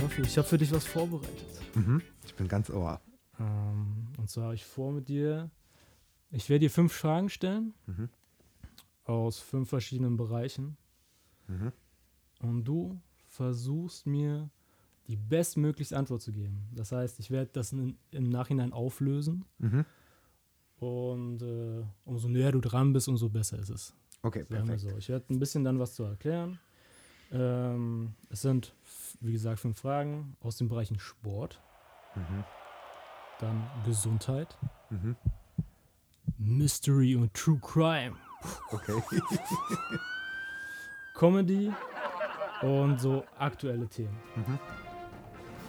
Murphy, ich habe für dich was vorbereitet. Ich bin ganz ohr. Ähm, und zwar habe ich vor mit dir, ich werde dir fünf Fragen stellen Mhm. aus fünf verschiedenen Bereichen. Mhm. Und du versuchst mir die bestmöglichste Antwort zu geben. Das heißt, ich werde das in, im Nachhinein auflösen. Mhm. Und äh, umso näher du dran bist, umso besser ist es. Okay, Sagen wir perfekt. so. Ich werde ein bisschen dann was zu erklären. Ähm, es sind, f- wie gesagt, fünf Fragen aus den Bereichen Sport, dann Gesundheit, Mhm. Mystery und True Crime, Okay. Comedy und so aktuelle Themen.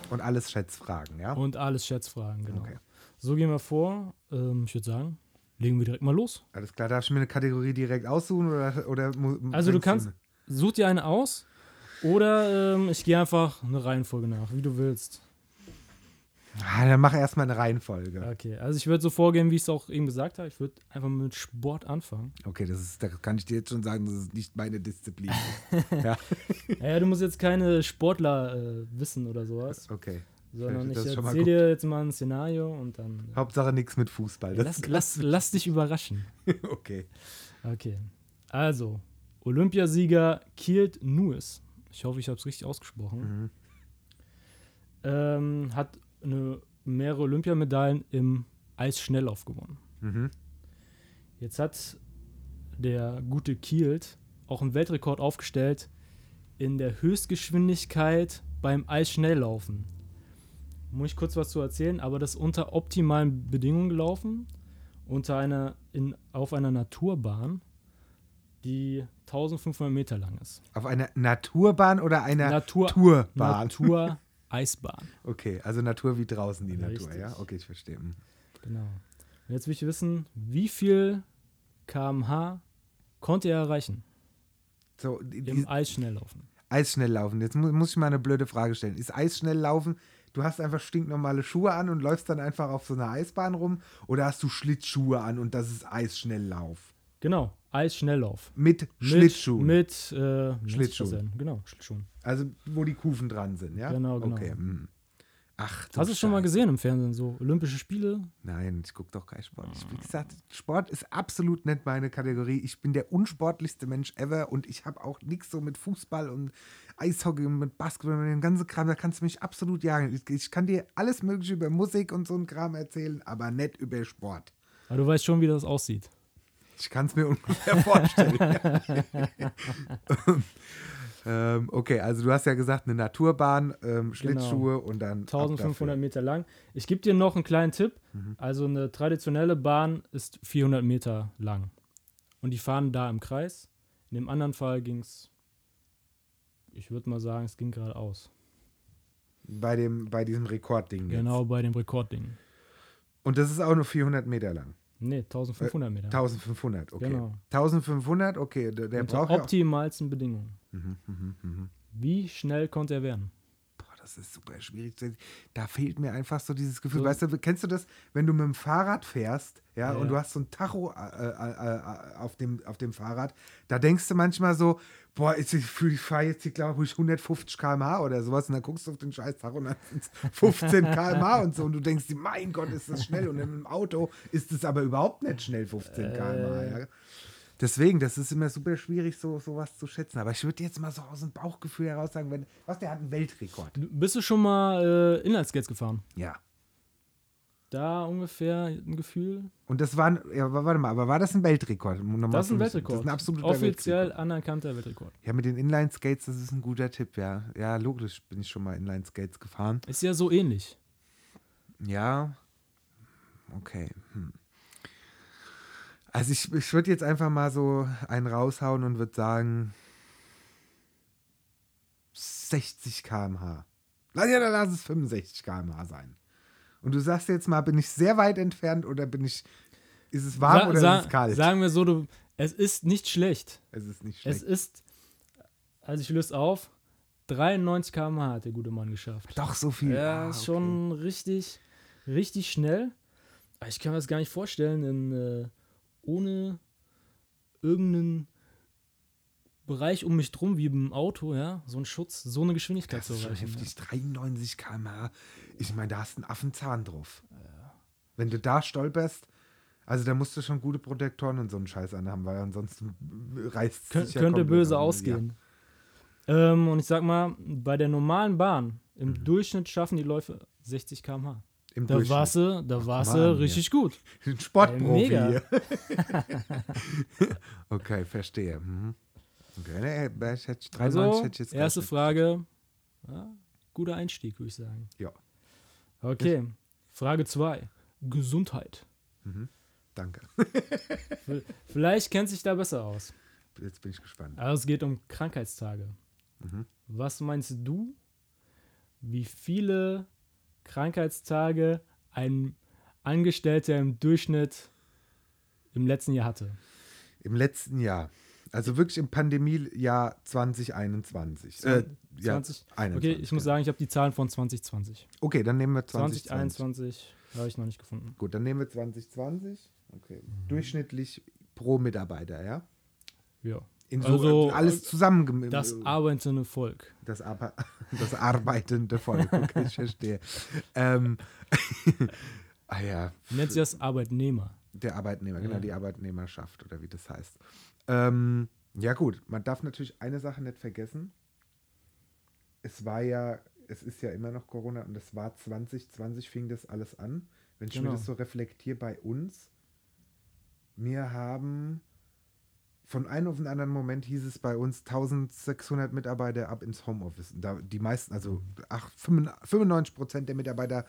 Und alles Schätzfragen, ja? Und alles Schätzfragen, genau. Ah. Okay. So gehen wir vor. Ähm, ich würde sagen, legen wir direkt mal los. Alles klar, darf ich mir eine Kategorie direkt aussuchen oder, oder mu- Also du bringst kannst, eine? such dir eine aus oder ähm, ich gehe einfach eine Reihenfolge nach, wie du willst. Ah, dann mach erstmal eine Reihenfolge. Okay, also ich würde so vorgehen, wie ich es auch eben gesagt habe. Ich würde einfach mit Sport anfangen. Okay, das ist, da kann ich dir jetzt schon sagen, das ist nicht meine Disziplin. ja, Naja, Äh, du musst jetzt keine Sportler äh, wissen oder sowas, okay. sondern ich das ist schon mal erzähle gut. dir jetzt mal ein Szenario und dann äh, Hauptsache nichts mit Fußball. Das lass, lass, lass dich überraschen. okay. Okay, also Olympiasieger Kielt Nuis, ich hoffe, ich habe es richtig ausgesprochen, Mhm. ähm, hat eine, mehrere Olympiamedaillen im Eisschnelllauf gewonnen. Mhm. Jetzt hat der gute Kielt auch einen Weltrekord aufgestellt in der Höchstgeschwindigkeit beim Eisschnelllaufen. Muss ich kurz was zu erzählen, aber das ist unter optimalen Bedingungen gelaufen, unter einer, in, auf einer Naturbahn, die 1500 Meter lang ist. Auf einer Naturbahn oder einer Natur- Tourbahn? Natur-Eisbahn. okay, also Natur wie draußen die Natur, Richtig. ja? Okay, ich verstehe. Mhm. Genau. Und jetzt will ich wissen, wie viel kmh konnte er erreichen So, die, im die Eisschnelllaufen? Eisschnelllaufen. Jetzt mu muss ich mal eine blöde Frage stellen. Ist Eisschnelllaufen, du hast einfach stinknormale Schuhe an und läufst dann einfach auf so einer Eisbahn rum? Oder hast du Schlittschuhe an und das ist Eisschnelllauf? Genau, Eisschnelllauf. Mit Schlittschuhen. Mit, mit äh, wie nennt sich Schlittschuhen. das denn? Genau, Schlittschuhen. Also, wo die Kufen dran sind, ja? Genau, genau. Okay. mhm. Ach, du Hast du es schon mal Scheiße. gesehen im Fernsehen? So Olympische Spiele? Nein, ich gucke doch keinen Sport. Ich, wie gesagt, Sport ist absolut nicht meine Kategorie. Ich bin der unsportlichste Mensch ever und ich habe auch nichts so mit Fußball und Eishockey und mit Basketball und dem ganzen Kram. Da kannst du mich absolut jagen. Ich, ich kann dir alles Mögliche über Musik und so einen Kram erzählen, aber nicht über Sport. Aber du weißt schon, wie das aussieht. Ich kann es mir ungefähr vorstellen. ähm, okay, also du hast ja gesagt, eine Naturbahn, ähm, Schlittschuhe Genau. und dann. ab dafür. 1500 Meter lang. Ich gebe dir noch einen kleinen Tipp. Also eine traditionelle Bahn ist 400 Meter lang. Und die fahren da im Kreis. In dem anderen Fall ging es, ich würde mal sagen, es ging geradeaus. Bei, dem, bei diesem Rekordding. jetzt. Genau bei dem Rekordding. Und das ist auch nur 400 Meter lang. Nee, 1500 Meter. 1500, okay. Genau. 1500, okay, der, der Unter braucht ja. optimalsten Bedingungen. mhm, Wie schnell konnte er werden? Boah, das ist super schwierig. Da fehlt mir einfach so dieses Gefühl. So. Weißt du, kennst du das, wenn du mit dem Fahrrad fährst, ja, Ja, und ja. du hast so ein Tacho äh, äh, äh, auf, dem, auf dem Fahrrad, da denkst du manchmal so, boah, ich, ich, fühl- ich fahre jetzt hier, glaube ich, 150 km/h oder sowas und dann guckst du auf den scheiß Tacho und dann sind 15 km/h und so und du denkst, dir, mein Gott, ist das schnell und im Auto ist es aber überhaupt nicht schnell, 15 Äh. km/h, ja. Deswegen, das ist immer super schwierig, so sowas zu schätzen. Aber ich würde jetzt mal so aus dem Bauchgefühl heraus sagen, wenn, was, der hat einen Weltrekord. Du- Bist du schon mal äh, Inlineskates gefahren? Ja. Da ungefähr ein Gefühl. Und das war, ein- ja, wa- warte mal, aber war das ein Weltrekord? Um nochmal Das ist ein zu wissen. Weltrekord. Das ist ein absoluter Offiziell Weltrekord. anerkannter Weltrekord. Ja, mit den Inline-Skates, das ist ein guter Tipp, ja. Ja, logisch bin ich schon mal Inline-Skates gefahren. Ist ja so ähnlich. Ja, okay. Hm. Also ich, ich würde jetzt einfach mal so einen raushauen und würde sagen 60 km/h. Lass, ja, dann lass es 65 km/h sein. Und du sagst jetzt mal, bin ich sehr weit entfernt oder bin ich, ist es warm Sa- oder sa- ist es kalt? Sagen wir so, du, es ist nicht schlecht. es ist nicht Es schlecht. ist, also ich löse auf, 93 km/h hat der gute Mann geschafft. Doch, so viel. Ja, Ah, ist okay. schon richtig, richtig schnell. Aber ich kann mir das gar nicht vorstellen, in, äh, ohne irgendeinen Bereich um mich drum, wie im Auto, ja, so ein Schutz, so eine Geschwindigkeit Das ist zu schon erreichen. heftig. 93 km/h. Ich meine, da hast du einen Affenzahn drauf. Wenn du da stolperst, also da musst du schon gute Protektoren und so einen Scheiß anhaben, weil ansonsten reißt es Kön könnte böse ausgehen. Ähm, und ich sag mal, bei der normalen Bahn, im Durchschnitt schaffen die Läufe 60 km/h. Ja, Im Da Mhm. Durchschnitt. warst du, da warst Mann, du ja. richtig gut. Ein Sportprofi. Ey, mega. hier. okay, verstehe. Mhm. Okay, nee, aber ich hätte 93 Also, hätte ich jetzt gar erste nicht. Frage. Ja, guter Einstieg, würde ich sagen. Ja. Okay. Frage 2. Gesundheit. Danke. V- Vielleicht kennt sich da besser aus. Jetzt bin ich gespannt. Also es geht um Krankheitstage. Mhm. Was meinst du, wie viele Krankheitstage ein Angestellter im Durchschnitt im letzten Jahr hatte? Im letzten Jahr, also wirklich im Pandemiejahr 2021. Äh, ja, 20? 21, Okay, ich muss genau. sagen, ich habe die Zahlen von 2020. Okay, dann nehmen wir 2020. 2021 habe ich noch nicht gefunden. Gut, dann nehmen wir 2020. Okay. Durchschnittlich pro Mitarbeiter, ja? Ja. In so, Also, alles zusammen. Das arbeitende Volk. Das, Arbe das arbeitende Volk, okay, ich verstehe. ähm, ah ja, Nennt sich das Arbeitnehmer. der Arbeitnehmer, genau, Ja. die Arbeitnehmerschaft oder wie das heißt. Ähm, ja gut, man darf natürlich eine Sache nicht vergessen. Es war ja, es ist ja immer noch Corona und es war 2020 fing das alles an. Wenn ich Genau. mir das so reflektiere bei uns, wir haben von einem auf den anderen Moment hieß es bei uns 1600 Mitarbeiter ab ins Homeoffice. Und Da die meisten, also ach, 95 Prozent der Mitarbeiter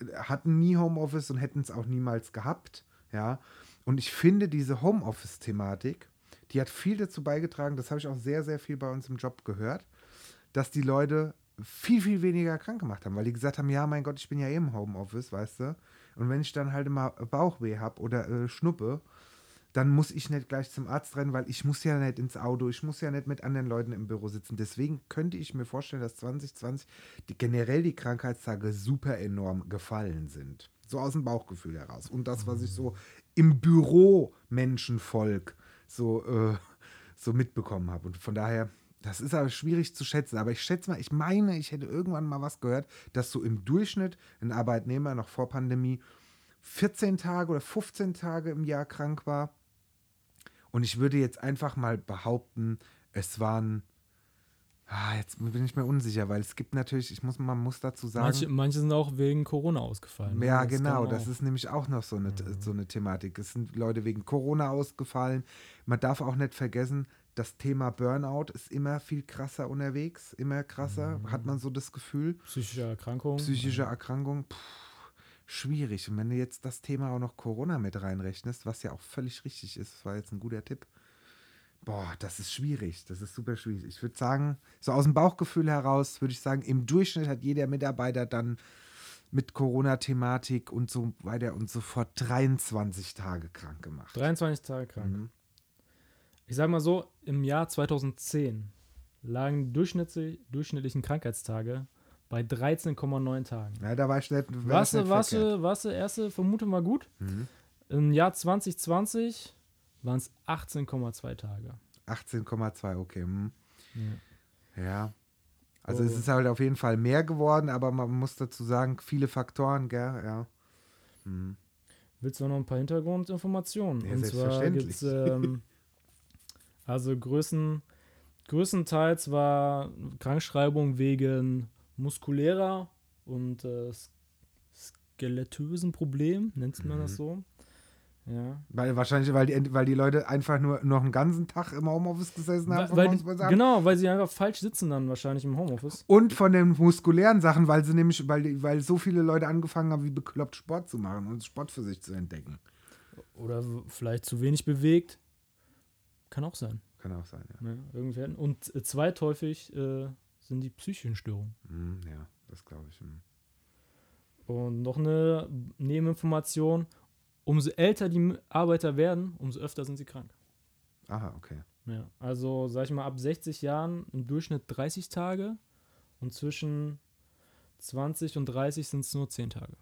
äh, hatten nie Homeoffice und hätten es auch niemals gehabt. Ja. Und ich finde, diese Homeoffice-Thematik, die hat viel dazu beigetragen, das habe ich auch sehr, sehr viel bei uns im Job gehört, dass die Leute viel, viel weniger krank gemacht haben, weil die gesagt haben, ja, mein Gott, ich bin ja eh im Homeoffice, weißt du. Und wenn ich dann halt immer Bauchweh habe oder äh, Schnuppe, dann muss ich nicht gleich zum Arzt rennen, weil ich muss ja nicht ins Auto, ich muss ja nicht mit anderen Leuten im Büro sitzen. Deswegen könnte ich mir vorstellen, dass 2020 die, generell die Krankheitstage super enorm gefallen sind. So aus dem Bauchgefühl heraus. Und das, was ich so im Büro Menschenvolk so, äh, so mitbekommen habe. Und von daher, das ist aber schwierig zu schätzen. Aber ich schätze mal, ich meine, ich hätte irgendwann mal was gehört, dass so im Durchschnitt ein Arbeitnehmer noch vor Pandemie 14 Tage oder 15 Tage im Jahr krank war. Und ich würde jetzt einfach mal behaupten, es waren. Ah, jetzt bin ich mir unsicher, weil es gibt natürlich, ich muss, man muss dazu sagen. Manche, manche sind auch wegen Corona ausgefallen. ne? Ja, Das genau. kann man Das auch. ist nämlich auch noch so eine, so eine Thematik. Es sind Leute wegen Corona ausgefallen. Man darf auch nicht vergessen, das Thema Burnout ist immer viel krasser unterwegs. Immer krasser, hat man so das Gefühl. psychische Erkrankung. Psychische Erkrankung, puh, schwierig. Und wenn du jetzt das Thema auch noch Corona mit reinrechnest, was ja auch völlig richtig ist, das war jetzt ein guter Tipp. Boah, das ist schwierig. Das ist super schwierig. Ich würde sagen, so aus dem Bauchgefühl heraus, würde ich sagen, im Durchschnitt hat jeder Mitarbeiter dann mit Corona-Thematik und so weiter und so fort 23 Tage krank gemacht. 23 Tage krank. Mhm. Ich sag mal so, im Jahr 2010 lagen durchschnittlich, durchschnittlichen Krankheitstage bei 13,9 Tagen. Ja, da war ich nicht. wär ich Wasse, nicht verkehrt. wasse, wasse, erste Vermutung war gut. Mhm. Im Jahr 2020 waren es 18,2 Tage. 18,2, okay. mhm. Ja. Also es Oh. ist halt auf jeden Fall mehr geworden, aber man muss dazu sagen, viele Faktoren, gell, ja. Hm. Willst du noch ein paar Hintergrundinformationen? Ja, Und zwar selbstverständlich. gibt's, ähm, also größen, größtenteils war Krankschreibung wegen muskulärer und äh, s- skeletösen Problemen, nennt man das so. Ja. Weil wahrscheinlich, weil die, weil die Leute einfach nur noch einen ganzen Tag im Homeoffice gesessen haben. Weil, von weil morgens bis die, abends. genau, weil sie einfach falsch sitzen dann wahrscheinlich im Homeoffice. Und von den muskulären Sachen, weil sie nämlich, weil, die- weil so viele Leute angefangen haben, wie bekloppt Sport zu machen und Sport für sich zu entdecken. Oder w- vielleicht zu wenig bewegt. Kann auch sein. Kann auch sein, ja. Ne? Irgendwer. Und äh, zweithäufig äh, sind die psychischen Störungen. Hm, ja, das glaube ich. Hm. Und noch eine Nebeninformation: Umso älter die Arbeiter werden, umso öfter sind sie krank. Aha, okay. Ja, also sag ich mal, ab 60 Jahren im Durchschnitt 30 Tage und zwischen 20 und 30 sind es nur 10 Tage.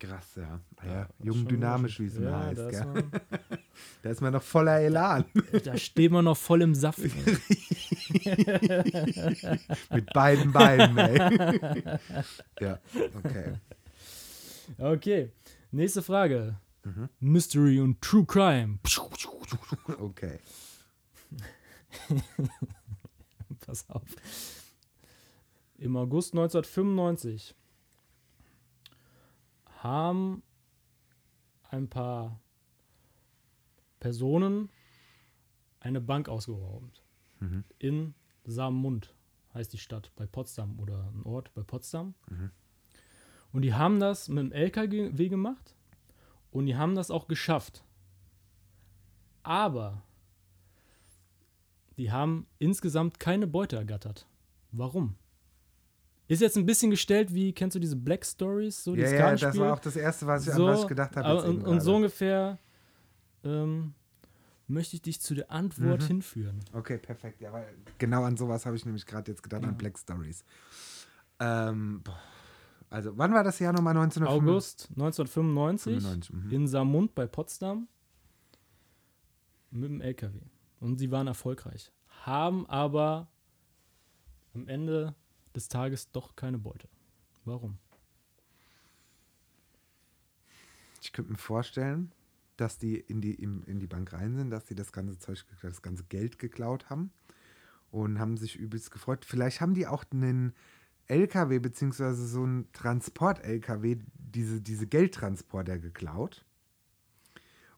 Krass, ja. Ah, Ja, ja. ist Jung, schon dynamisch, wie es richtig. immer Ja, heißt. da ist gell? man- da ist man noch voller Elan. Da steht man noch voll im Saft. Mit beiden Beinen, ey. ja, okay. Okay, nächste Frage. Mhm. Mystery und True Crime. Okay. Pass auf. Im August 1995 haben ein paar Personen eine Bank ausgeraubt. Mhm. In Samund heißt die Stadt bei Potsdam oder ein Ort bei Potsdam. Mhm. Und die haben das mit dem LKW gemacht und die haben das auch geschafft. Aber die haben insgesamt keine Beute ergattert. Warum? Ist jetzt ein bisschen gestellt wie, kennst du diese Black Stories? So Ja, dieses ja, das Kartenspiel? war auch das Erste, was ich, So, an was ich gedacht habe. aber jetzt eben Und, und gerade. so ungefähr ähm, möchte ich dich zu der Antwort Mhm. hinführen. Okay, perfekt. Ja, weil genau an sowas habe ich nämlich gerade jetzt gedacht, an Black Stories. Ähm, boah. also, wann war das Jahr nochmal? 1995? August 1995 95, mhm. in Samund bei Potsdam mit dem LKW. Und sie waren erfolgreich, haben aber am Ende des Tages doch keine Beute. Warum? Ich könnte mir vorstellen, dass die in die, im- in die Bank rein sind, dass die das ganze Zeug, gekla- das ganze Geld geklaut haben und haben sich übelst gefreut. Vielleicht haben die auch einen LKW beziehungsweise so einen Transport-LKW, diese, diese Geldtransporter geklaut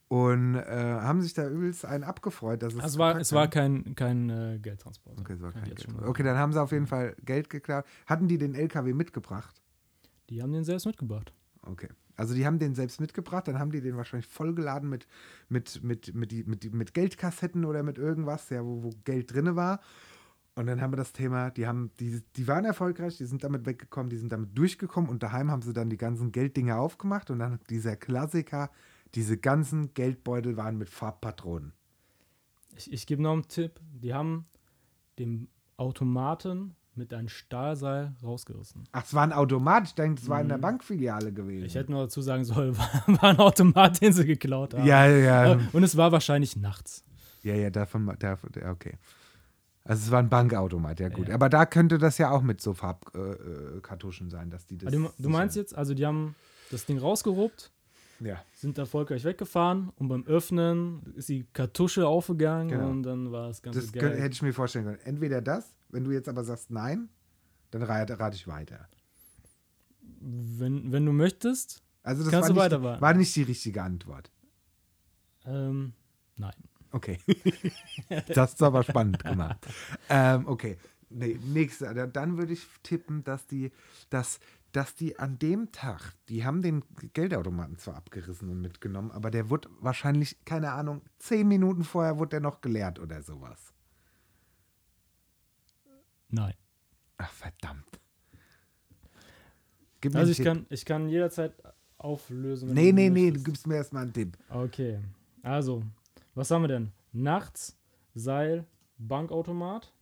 und äh, haben sich da übelst einen abgefreut. Dass es Also Es war, gepackt es war haben. kein, kein äh, Geldtransport. Okay, es war kein Kann ich jetzt Geld. schon mal sagen. Okay, dann haben sie auf jeden Fall Geld geklaut. Hatten die den LKW mitgebracht? Die haben den selbst mitgebracht. Okay. Also die haben den selbst mitgebracht, dann haben die den wahrscheinlich vollgeladen mit, mit, mit, mit, die, mit, die, mit Geldkassetten oder mit irgendwas, ja, wo, wo Geld drinne war. Und dann haben wir das Thema, die haben, die, die waren erfolgreich, die sind damit weggekommen, die sind damit durchgekommen und daheim haben sie dann die ganzen Gelddinger aufgemacht und dann dieser Klassiker, diese ganzen Geldbeutel waren mit Farbpatronen. Ich, ich gebe noch einen Tipp. Die haben den Automaten mit einem Stahlseil rausgerissen. Ach, es war ein Automat, ich denke, es war in der Bankfiliale gewesen. Mhm. Ich hätte noch dazu sagen sollen, war, war ein Automat, den sie geklaut haben. ja, ja. Und es war wahrscheinlich nachts. Ja, ja, davon, ma- davon ja, okay. Also es war ein Bankautomat, ja gut. Ja. Aber da könnte das ja auch mit so Farbkartuschen äh, Kartuschen sein, dass die das. Aber du, du meinst sicher- jetzt, also die haben das Ding rausgerobt, Ja. sind erfolgreich weggefahren und beim Öffnen ist die Kartusche aufgegangen Genau. und dann war das ganze Das könnt- Geld. hätte ich mir vorstellen können. Entweder das, wenn du jetzt aber sagst nein, dann rate, rate ich weiter. Wenn, wenn du möchtest, Also das Kannst war, du nicht, weiterwarten. war nicht die richtige Antwort. ähm, nein. Okay. das ist aber spannend gemacht. Ähm, okay. Nee, nächste. Da- Dann würde ich tippen, dass die, dass, dass die an dem Tag, die haben den Geldautomaten zwar abgerissen und mitgenommen, aber der wurde wahrscheinlich, keine Ahnung, zehn Minuten vorher wurde der noch geleert oder sowas. Nein. Ach, verdammt. Gib mir Also einen ich Tipp. kann, ich kann jederzeit auflösen. wenn Nee, du nee, nee, du möchtest. gibst mir erstmal einen Tipp. Okay. Also, was haben wir denn? Nachts, Seil, Bankautomat.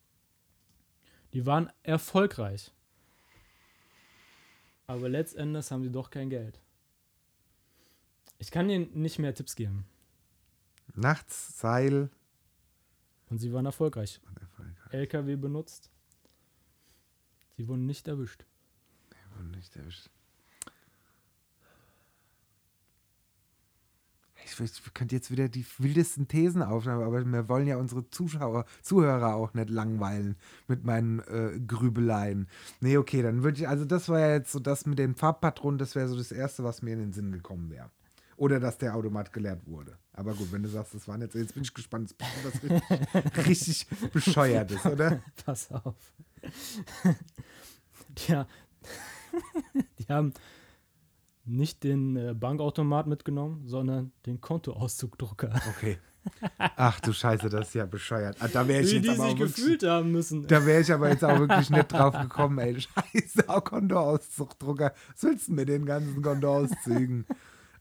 Die waren erfolgreich. Aber letztendlich haben sie doch kein Geld. Ich kann ihnen nicht mehr Tipps geben. Nachts, Seil. Und sie waren erfolgreich. und erfolgreich. LKW benutzt. Sie wurden nicht erwischt. Und Oh, nicht erwischt. Ich, weiß, ich könnte jetzt wieder die wildesten Thesen aufschreiben, aber wir wollen ja unsere Zuschauer, Zuhörer auch nicht langweilen mit meinen äh, Grübeleien. Nee, okay, dann würde ich, also das war ja jetzt so das mit den Farbpatronen, das wäre so das Erste, was mir in den Sinn gekommen wäre. Oder dass der Automat geleert wurde. Aber gut, wenn du sagst, das waren jetzt, jetzt bin ich gespannt, das ist bestimmt was richtig, richtig bescheuertes, oder? Pass auf. Tja, die haben nicht den äh, Bankautomat mitgenommen, sondern den Kontoauszugdrucker. Okay. Ach du Scheiße, das ist ja bescheuert. Ah, Da wäre ich Wie jetzt die aber sich auch wirklich, gefühlt haben müssen. Da wäre ich aber jetzt auch wirklich nicht drauf gekommen, ey. Scheiße, auch Kontoausdrucker. Was willst du mit den ganzen Kontoauszügen?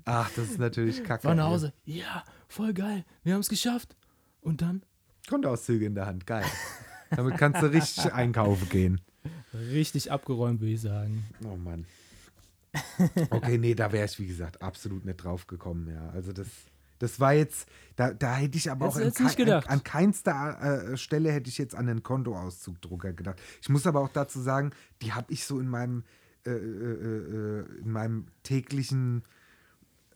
Ach, das ist natürlich kacke. Fahr nach ey. Hause. Ja, voll geil. Wir haben es geschafft. Und dann? Kontoauszüge in der Hand, geil. Damit kannst du richtig einkaufen gehen. Richtig abgeräumt, würde ich sagen. Oh Mann. Okay, nee, da wäre ich, wie gesagt, absolut nicht drauf gekommen, ja. Also das, das war jetzt, da, da hätte ich aber Hättest auch du an, jetzt nicht kei- gedacht? An, an keinster äh, Stelle hätte ich jetzt an den Kontoauszugdrucker gedacht. Ich muss aber auch dazu sagen, die habe ich so in meinem, äh, äh, äh, in meinem täglichen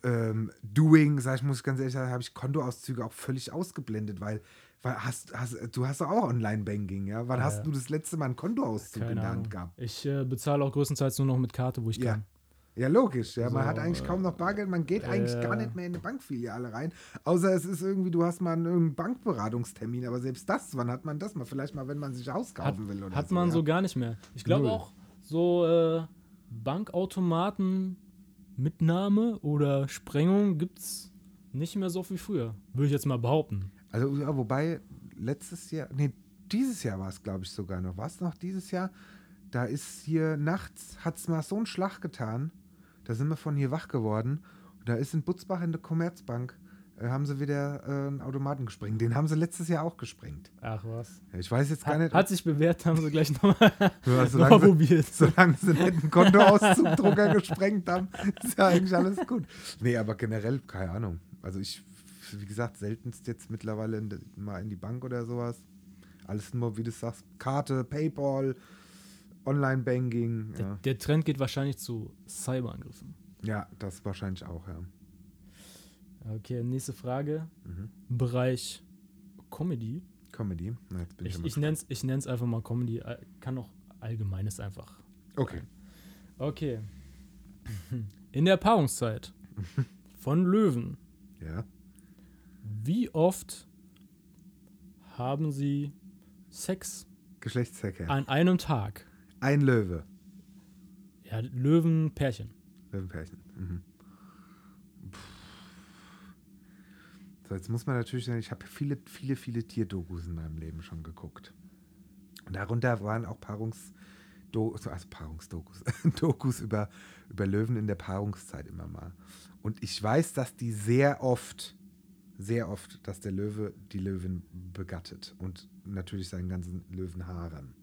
ähm, Doing, sag ich, muss ich ganz ehrlich sagen, habe ich Kontoauszüge auch völlig ausgeblendet, weil, weil hast, hast, du hast doch auch Online-Banking, ja? Wann Ja, hast ja. du das letzte Mal einen Kontoauszug in Keine der Ahnung. Hand gehabt? Ich äh, bezahle auch größtenteils nur noch mit Karte, wo ich Ja. kann. Ja, logisch. Ja. Man So, hat eigentlich kaum noch Bargeld. Man geht eigentlich äh, gar nicht mehr in eine Bankfiliale rein. Außer es ist irgendwie, du hast mal einen irgendeinen Bankberatungstermin. Aber selbst das, wann hat man das mal? Vielleicht mal, wenn man sich Haus Hat, kaufen will oder hat so. man ja. so gar nicht mehr. Ich glaube Null. auch so äh, Bankautomaten Mitnahme oder Sprengung gibt's nicht mehr so viel früher. Würde ich jetzt mal behaupten. Also, ja, wobei, letztes Jahr, nee, dieses Jahr war es, glaube ich, sogar noch. War es noch dieses Jahr? Da ist hier nachts, hat es mal so einen Schlag getan. Da sind wir von hier wach geworden. Und da ist in Butzbach in der Commerzbank, äh, haben sie wieder äh, einen Automaten gesprengt. Den haben sie letztes Jahr auch gesprengt. Ach was. Ich weiß jetzt gar Hat, nicht. hat sich bewährt, haben sie gleich nochmal Ja, noch mal solange sie- probiert. Solange sie nicht einen Kontoauszugdrucker gesprengt haben, ist ja eigentlich alles gut. Nee, aber generell, keine Ahnung. Also ich, wie gesagt, seltenst jetzt mittlerweile in, mal in die Bank oder sowas. Alles nur, wie du sagst, Karte, Paypal, Online-Banking. Der, Ja. der Trend geht wahrscheinlich zu Cyberangriffen. ja, das wahrscheinlich auch, ja. Okay, nächste Frage. Mhm. Bereich Comedy. Comedy. Na, jetzt bin ich, Ich, schon mal- ich nenne es ich nenn's einfach mal Comedy. Äh, Kann auch Allgemeines einfach. Okay. Okay. In der Paarungszeit von Löwen, Ja. wie oft haben sie Sex Geschlechtsverkehr. an einem Tag? Ein Löwe. Ja, Löwenpärchen. Löwenpärchen. Mhm. Puh. So, jetzt muss man natürlich sagen, ich habe viele, viele, viele Tierdokus in meinem Leben schon geguckt. Und darunter waren auch Paarungs Do so, also Paarungsdokus, Dokus über, über Löwen in der Paarungszeit immer mal. Und ich weiß, dass die sehr oft, sehr oft, dass der Löwe die Löwin begattet. Und natürlich seinen ganzen Löwenhaaren.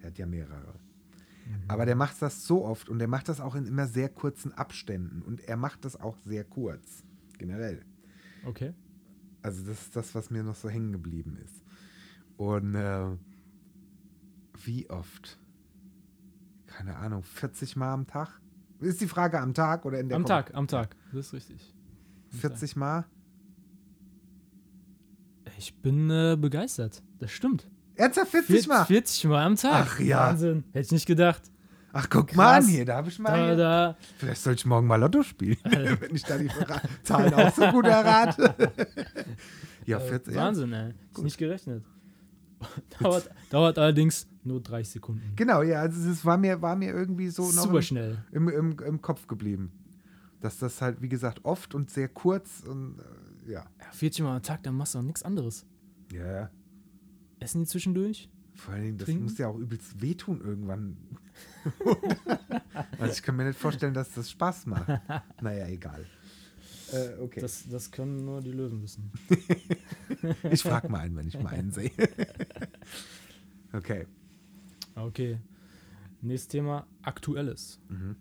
Der hat ja mehrere. Aber der macht das so oft und der macht das auch in immer sehr kurzen Abständen. Und er macht das auch sehr kurz, generell. Okay. Also das ist das, was mir noch so hängen geblieben ist. Und äh, wie oft? Keine Ahnung, 40 Mal am Tag? Ist die Frage am Tag oder in der Am Kom- Tag, am Tag. Das ist richtig. 40 Mal? Ich bin äh, begeistert. Das stimmt. Ernsthaft 40 Mal? 40 Mal am Tag. Ach ja. Wahnsinn. Hätte ich nicht gedacht. Ach, guck mal an Krass. hier, da habe ich mal. Da, da, Vielleicht soll ich morgen mal Lotto spielen, wenn ich da die Verra- Zahlen auch so gut errate. ja, äh, 40. ja. Wahnsinn, ey. Ist Gut. nicht gerechnet. dauert, dauert allerdings nur 30 Sekunden. Genau, ja, also es war mir, war mir irgendwie so noch Super schnell. im, im, im, im Kopf geblieben. Dass das halt, wie gesagt, oft und sehr kurz und äh, ja. Ja, 40 Mal am Tag, dann machst du auch nichts anderes. Ja. Essen die zwischendurch? Vor allen Dingen, das Trinken? muss ja auch übelst wehtun irgendwann. also ich kann mir nicht vorstellen, dass das Spaß macht. Naja, egal. Äh, okay. Das, das können nur die Löwen wissen. ich frage mal einen, wenn ich mal einen sehe. okay. Okay. Nächstes Thema: Aktuelles. Mhm.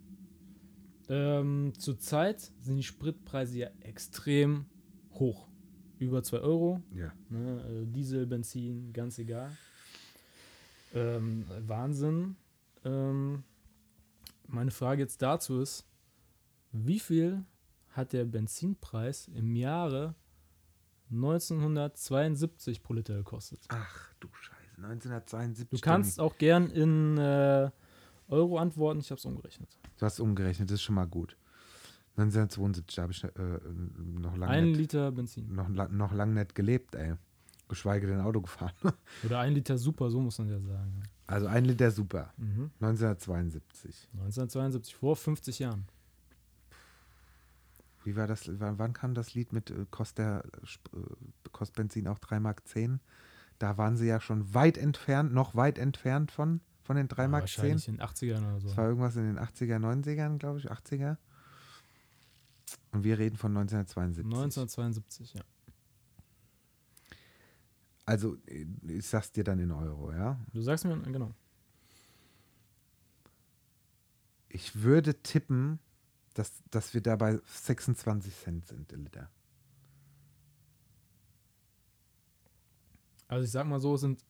Ähm, Zurzeit sind die Spritpreise ja extrem hoch. Über 2 Euro. Ja. Ne? also Diesel, Benzin, ganz egal. Ähm, Wahnsinn. Ähm, meine Frage jetzt dazu ist: Wie viel hat der Benzinpreis im Jahre 1972 pro Liter gekostet? Ach du Scheiße. 1972. Du kannst auch gern in äh, Euro antworten, ich habe es umgerechnet. Du hast umgerechnet, das ist schon mal gut. 1972, da habe ich äh, noch lange Ein nicht- Liter Benzin. noch, la- noch lange nicht gelebt, ey. Geschweige denn Auto gefahren. Oder ein Liter Super, so muss man ja sagen. Also ein Liter super. Mhm. 1972. 1972, vor 50 Jahren. Wie war das? Wann, wann kam das Lied mit äh, Kost, der, Sp- äh, Kost Benzin auch 3 Mark 10? Da waren sie ja schon weit entfernt, noch weit entfernt von, von den 3 Mark 10. Wahrscheinlich in den 80ern oder so. Das war irgendwas in den 80er, 90ern, glaube ich, 80er. Und wir reden von 1972. 1972, ja. Also, äh, ich sag's dir dann in Euro, ja? Du sagst mir, genau. Ich würde tippen, dass, dass wir da bei 26 Cent sind, der Liter. Also ich sag mal so, es sind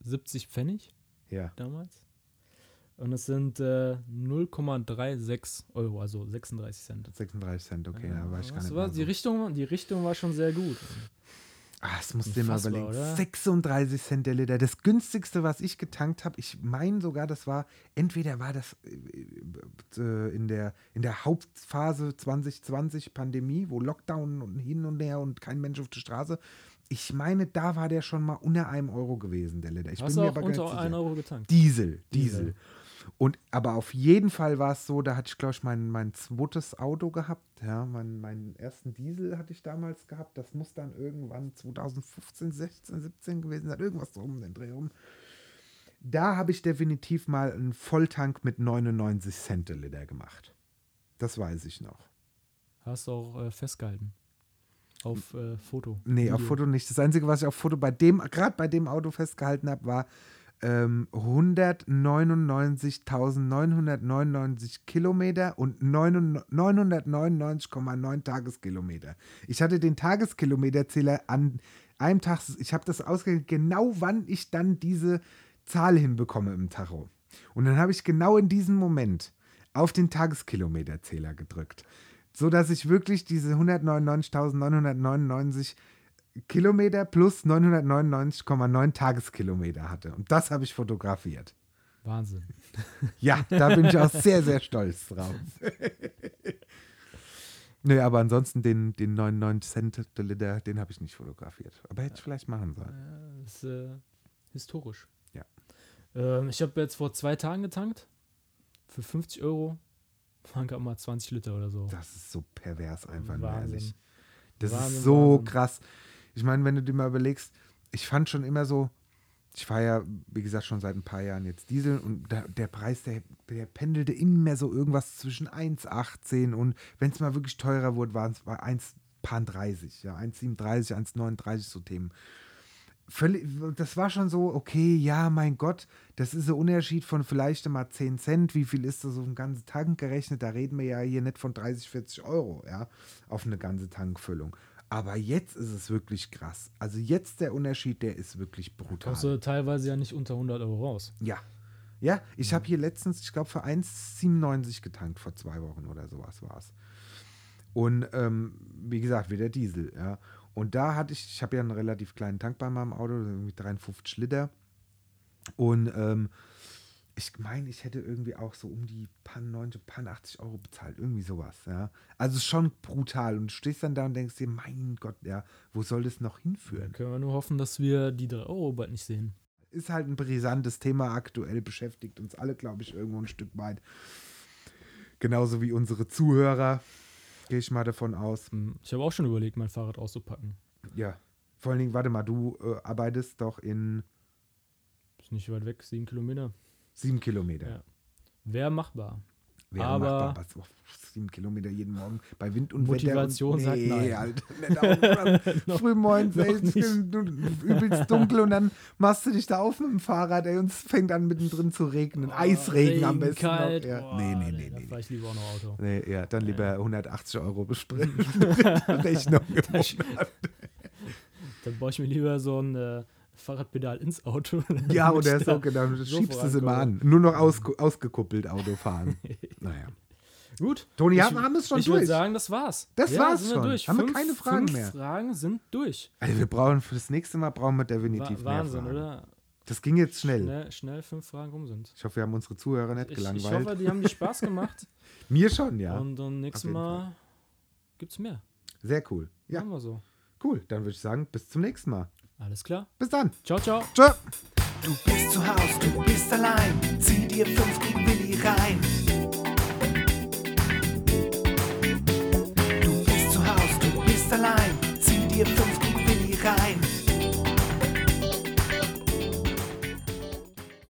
70 Pfennig Ja. damals. Und es sind äh, 0,36 Euro, also 36 Cent. 36 Cent, okay, da war ich gar weißt nicht. du was? mal die, so. Richtung, die Richtung war schon sehr gut. Ah, das musst du dir mal Unfassbar, überlegen. oder? 36 Cent der Liter. Das günstigste, was ich getankt habe, ich meine sogar, das war, entweder war das äh, äh, in der, in der Hauptphase 2020 Pandemie, wo Lockdown und hin und her und kein Mensch auf der Straße. Ich meine, da war der schon mal unter einem Euro gewesen, der Liter. Ich bin Hast du mir auch aber gar nicht unter sicher. 1 Euro getankt. Diesel, Diesel. Diesel. Und aber auf jeden Fall war es so, da hatte ich, glaube ich, mein, mein zweites Auto gehabt. Ja, mein, meinen ersten Diesel hatte ich damals gehabt. Das muss dann irgendwann 2015, 16, 17 gewesen sein. Irgendwas so um den Dreh rum. Da habe ich definitiv mal einen Volltank mit 99 Cent der Liter gemacht. Das weiß ich noch. Hast du auch äh, festgehalten. Auf äh, Foto. Nee, auf Video. Foto nicht. Das Einzige, was ich auf Foto bei dem, gerade bei dem Auto festgehalten habe, war ähm, 199.999 Kilometer und 9 999,9 Tageskilometer. Ich hatte den Tageskilometerzähler an einem Tag, ich habe das ausgerechnet, genau wann ich dann diese Zahl hinbekomme im Tacho. Und dann habe ich genau in diesem Moment auf den Tageskilometerzähler gedrückt, so dass ich wirklich diese 199.999 Kilometer plus 999,9 Tageskilometer hatte. Und das habe ich fotografiert. Wahnsinn. Ja, da bin ich auch sehr, sehr stolz drauf. Nö, aber ansonsten den, den 99 Cent der Liter, den habe ich nicht fotografiert. Aber hätte ich vielleicht machen sollen. Äh, ist äh, historisch. Ja. Ähm, ich habe jetzt vor zwei Tagen getankt. Für 50 Euro waren gerade mal 20 Liter oder so. Das ist so pervers einfach, nur Wahnsinn. ehrlich. Das Wahnsinn, ist so Wahnsinn. krass. Ich meine, wenn du dir mal überlegst, ich fand schon immer so, ich fahre ja, wie gesagt, schon seit ein paar Jahren jetzt Diesel und da, der Preis, der, der pendelte immer so irgendwas zwischen 1,18 und wenn es mal wirklich teurer wurde, waren es bei 1,30, ja, 1,37, 1,39 so Themen. Völlig, das war schon so, okay, ja, mein Gott, das ist ein Unterschied von vielleicht mal 10 Cent. Wie viel ist das auf den ganzen Tank gerechnet? Da reden wir ja hier nicht von 30, 40 Euro, ja, auf eine ganze Tankfüllung. Aber jetzt ist es wirklich krass. Also jetzt der Unterschied, der ist wirklich brutal. Kommst du teilweise ja nicht unter 100 Euro raus. Ja. Ja, ich habe hier letztens, ich glaube, für 1,97 getankt vor zwei Wochen oder sowas war es. Und ähm, wie gesagt, wieder Diesel, ja. Und da hatte ich, ich habe ja einen relativ kleinen Tank bei meinem Auto, irgendwie 53 Liter. Und ähm, ich meine, ich hätte irgendwie auch so um die Pan 90, Pan 80 Euro bezahlt, irgendwie sowas, ja. Also schon brutal. Und du stehst dann da und denkst dir, mein Gott, ja, wo soll das noch hinführen? Dann können wir nur hoffen, dass wir die 3 Euro bald nicht sehen. ist halt ein brisantes Thema aktuell, beschäftigt uns alle, glaube ich, irgendwo ein Stück weit. Genauso wie unsere Zuhörer, gehe ich mal davon aus. Hm, Ich habe auch schon überlegt, mein Fahrrad auszupacken. Ja. Vor allen Dingen, warte mal, du äh, arbeitest doch in Ist nicht weit weg, 7 Kilometer. sieben Kilometer. Ja. Wäre machbar. Wäre Aber- machbar, aber so sieben Kilometer jeden Morgen bei Wind und Motivation Wetter. sagt und, nein. sagt nein. Früh morgens, noch ey, es nicht. ist übelst dunkel und dann machst du dich da auf mit dem Fahrrad ey, und es fängt an mittendrin zu regnen. Eisregen am besten. noch, Oh, Kalt. ja. Ah, Boah, nee, nee, nee, Da nee, nee. fahre ich lieber auch noch Auto. Nee, ja, dann lieber 180 Euro besprechen. Rechnung. Dann baue ich mir lieber so ein äh, Fahrradpedal ins Auto. ja, damit oder ich so, da- genau. Du so schiebst es immer an. vorankomme. Nur noch aus, ausgekuppelt Auto fahren. naja. Gut. Toni, Ich- haben, haben wir es schon ich würde durch. sagen, das war's. Das war's sind wir schon. Durch. Haben wir fünf, keine Fragen fünf mehr. Fragen sind durch. Also wir brauchen fürs nächste Mal brauchen wir Wa definitiv mehr Wahnsinn, Fragen. oder? Das ging jetzt schnell. Schnell, schnell fünf Fragen rum sind. Ich hoffe, wir haben unsere Zuhörer nicht Ich, ich gelangweilt. hoffe, die haben dir Spaß gemacht. Mir schon, ja. Und dann nächstes jeden Mal gibt's mehr. Sehr cool. Ja, Machen wir so. cool. Dann würde ich sagen, bis zum nächsten Mal. Alles klar. Bis dann. Ciao, ciao. Tschö. Du bist zu Haus, du bist allein. Zieh dir fünf gegen Willi rein. wir für